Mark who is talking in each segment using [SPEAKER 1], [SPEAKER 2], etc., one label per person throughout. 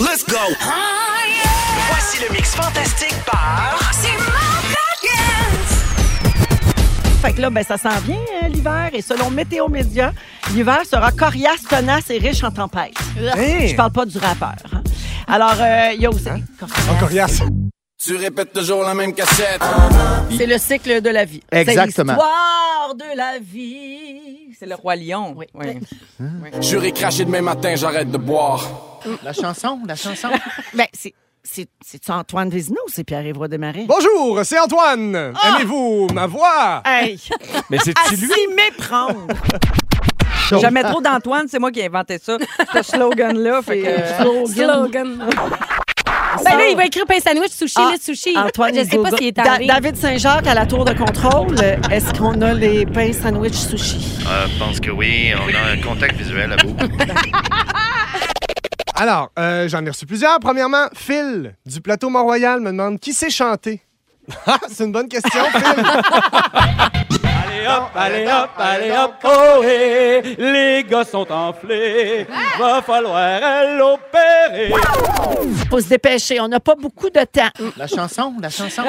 [SPEAKER 1] Let's go!
[SPEAKER 2] Voici le mix fantastique par.
[SPEAKER 3] Fait que là, ben, ça s'en vient, hein, l'hiver. Et selon Météo Média, l'hiver sera coriace, tenace et riche en tempêtes.
[SPEAKER 4] Hey!
[SPEAKER 3] Je parle pas du rappeur. hein. Alors, euh, yo,
[SPEAKER 5] Hein?
[SPEAKER 3] c'est
[SPEAKER 4] Encore Coriace.
[SPEAKER 1] Tu répètes toujours la même cassette.
[SPEAKER 3] C'est le cycle de la vie.
[SPEAKER 6] Exactement.
[SPEAKER 3] C'est l'histoire de la vie. C'est le roi lion. Oui.
[SPEAKER 1] Juré craché demain matin, j'arrête de boire.
[SPEAKER 6] La chanson, la chanson.
[SPEAKER 3] Ben, c'est. C'est c'est-tu Antoine Vézina ou c'est Pierre-Yves Desmarais?
[SPEAKER 4] Bonjour, c'est Antoine. Aimez-vous ma voix?
[SPEAKER 3] Hey!
[SPEAKER 5] Mais c'est
[SPEAKER 3] À
[SPEAKER 5] tu lui?
[SPEAKER 3] s'y méprendre! Jamais trop d'Antoine, c'est moi qui ai inventé ça, ce slogan-là. Fait que... euh,
[SPEAKER 7] Slogan. Ben là, il va écrire pain sandwich, sushi,
[SPEAKER 3] Ah,
[SPEAKER 7] le sushi.
[SPEAKER 3] Antoine
[SPEAKER 7] je sais
[SPEAKER 3] Gogo.
[SPEAKER 7] pas s'il est
[SPEAKER 3] Da-
[SPEAKER 7] arrivé.
[SPEAKER 3] David Saint-Jacques à la tour de contrôle. Est-ce qu'on a les pains sandwich sushi?
[SPEAKER 8] Je Euh, pense que oui, on a un contact visuel à bout.
[SPEAKER 4] Alors, euh, j'en ai reçu plusieurs. Premièrement, Phil du plateau Mont-Royal me demande qui sait chanter. Ah, c'est une bonne question, Phil.
[SPEAKER 5] Allez hop, allez hop, allez hop, oh hé, les gars sont enflés,
[SPEAKER 3] Ah!
[SPEAKER 5] va falloir l'opérer.
[SPEAKER 3] Faut se dépêcher. On n'a pas beaucoup de temps.
[SPEAKER 6] La chanson, la chanson.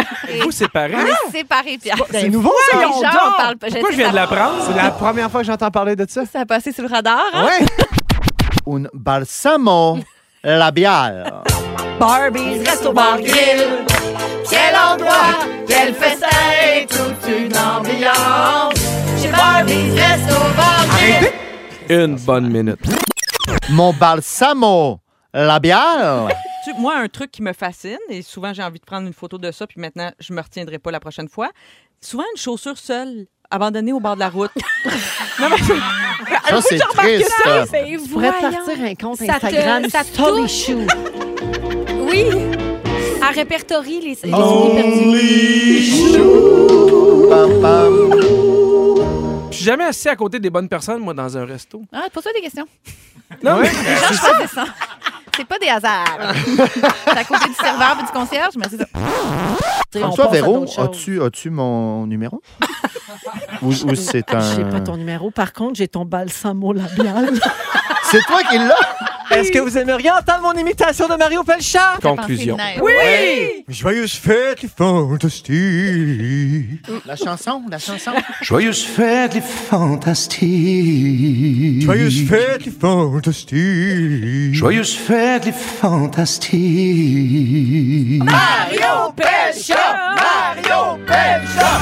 [SPEAKER 5] Vous séparez?
[SPEAKER 9] séparé, Pierre.
[SPEAKER 4] C'est nouveau, ça.
[SPEAKER 9] Les
[SPEAKER 3] voyons
[SPEAKER 9] gens
[SPEAKER 3] donc.
[SPEAKER 9] en parlent pas.
[SPEAKER 5] Pourquoi je viens de l'apprendre?
[SPEAKER 4] C'est la première fois que j'entends parler de ça.
[SPEAKER 9] Ça a passé sur le radar. hein?
[SPEAKER 4] Ouais.
[SPEAKER 6] Un balsamo labial.
[SPEAKER 3] Barbies, Resto Bar Grill. Quel endroit, quel festin, toute une ambiance. Chez Barbies, Resto Bar Grill.
[SPEAKER 5] Une bonne minute.
[SPEAKER 6] Mon balsamo labial.
[SPEAKER 10] Tu- moi, un truc qui me fascine, et souvent j'ai envie de prendre une photo de ça, puis maintenant je me retiendrai pas la prochaine fois. Souvent, une chaussure seule, abandonnée au bord de la route. non, mais
[SPEAKER 6] Ça, c'est triste.
[SPEAKER 7] Ben
[SPEAKER 3] Je pourrais te
[SPEAKER 7] voyons.
[SPEAKER 3] partir un compte
[SPEAKER 7] Ça te-
[SPEAKER 3] Instagram
[SPEAKER 7] ça te
[SPEAKER 3] Story
[SPEAKER 7] touche.
[SPEAKER 3] Shoe.
[SPEAKER 7] Oui. À répertorier les, les idées perdues.
[SPEAKER 6] Pam, pam.
[SPEAKER 5] Je suis jamais assis à côté des bonnes personnes, moi, dans un resto.
[SPEAKER 9] Ah, pose-toi des questions.
[SPEAKER 5] Non, mais
[SPEAKER 9] Je pense que c'est
[SPEAKER 7] hein.
[SPEAKER 9] ça. C'est pas des hasards. c'est à côté du serveur et du concierge, mais c'est ça.
[SPEAKER 6] François Véro, as-tu as-tu mon numéro? ou ou c'est
[SPEAKER 3] Je sais
[SPEAKER 6] un...
[SPEAKER 3] pas ton numéro. Par contre, j'ai ton balsamo labial.
[SPEAKER 6] C'est toi qui l'as?
[SPEAKER 4] Est-ce que vous aimeriez entendre mon imitation de Mario Pelchat?
[SPEAKER 5] conclusion.
[SPEAKER 9] Oui!
[SPEAKER 4] Joyeuse fête, les fantastiques.
[SPEAKER 6] La chanson, la chanson.
[SPEAKER 8] Joyeuse fête, les fantastiques.
[SPEAKER 4] Joyeuse fête, les fantastiques.
[SPEAKER 8] Joyeuse fête, les fantastiques.
[SPEAKER 3] Mario Pelcha! Mario Pelcha!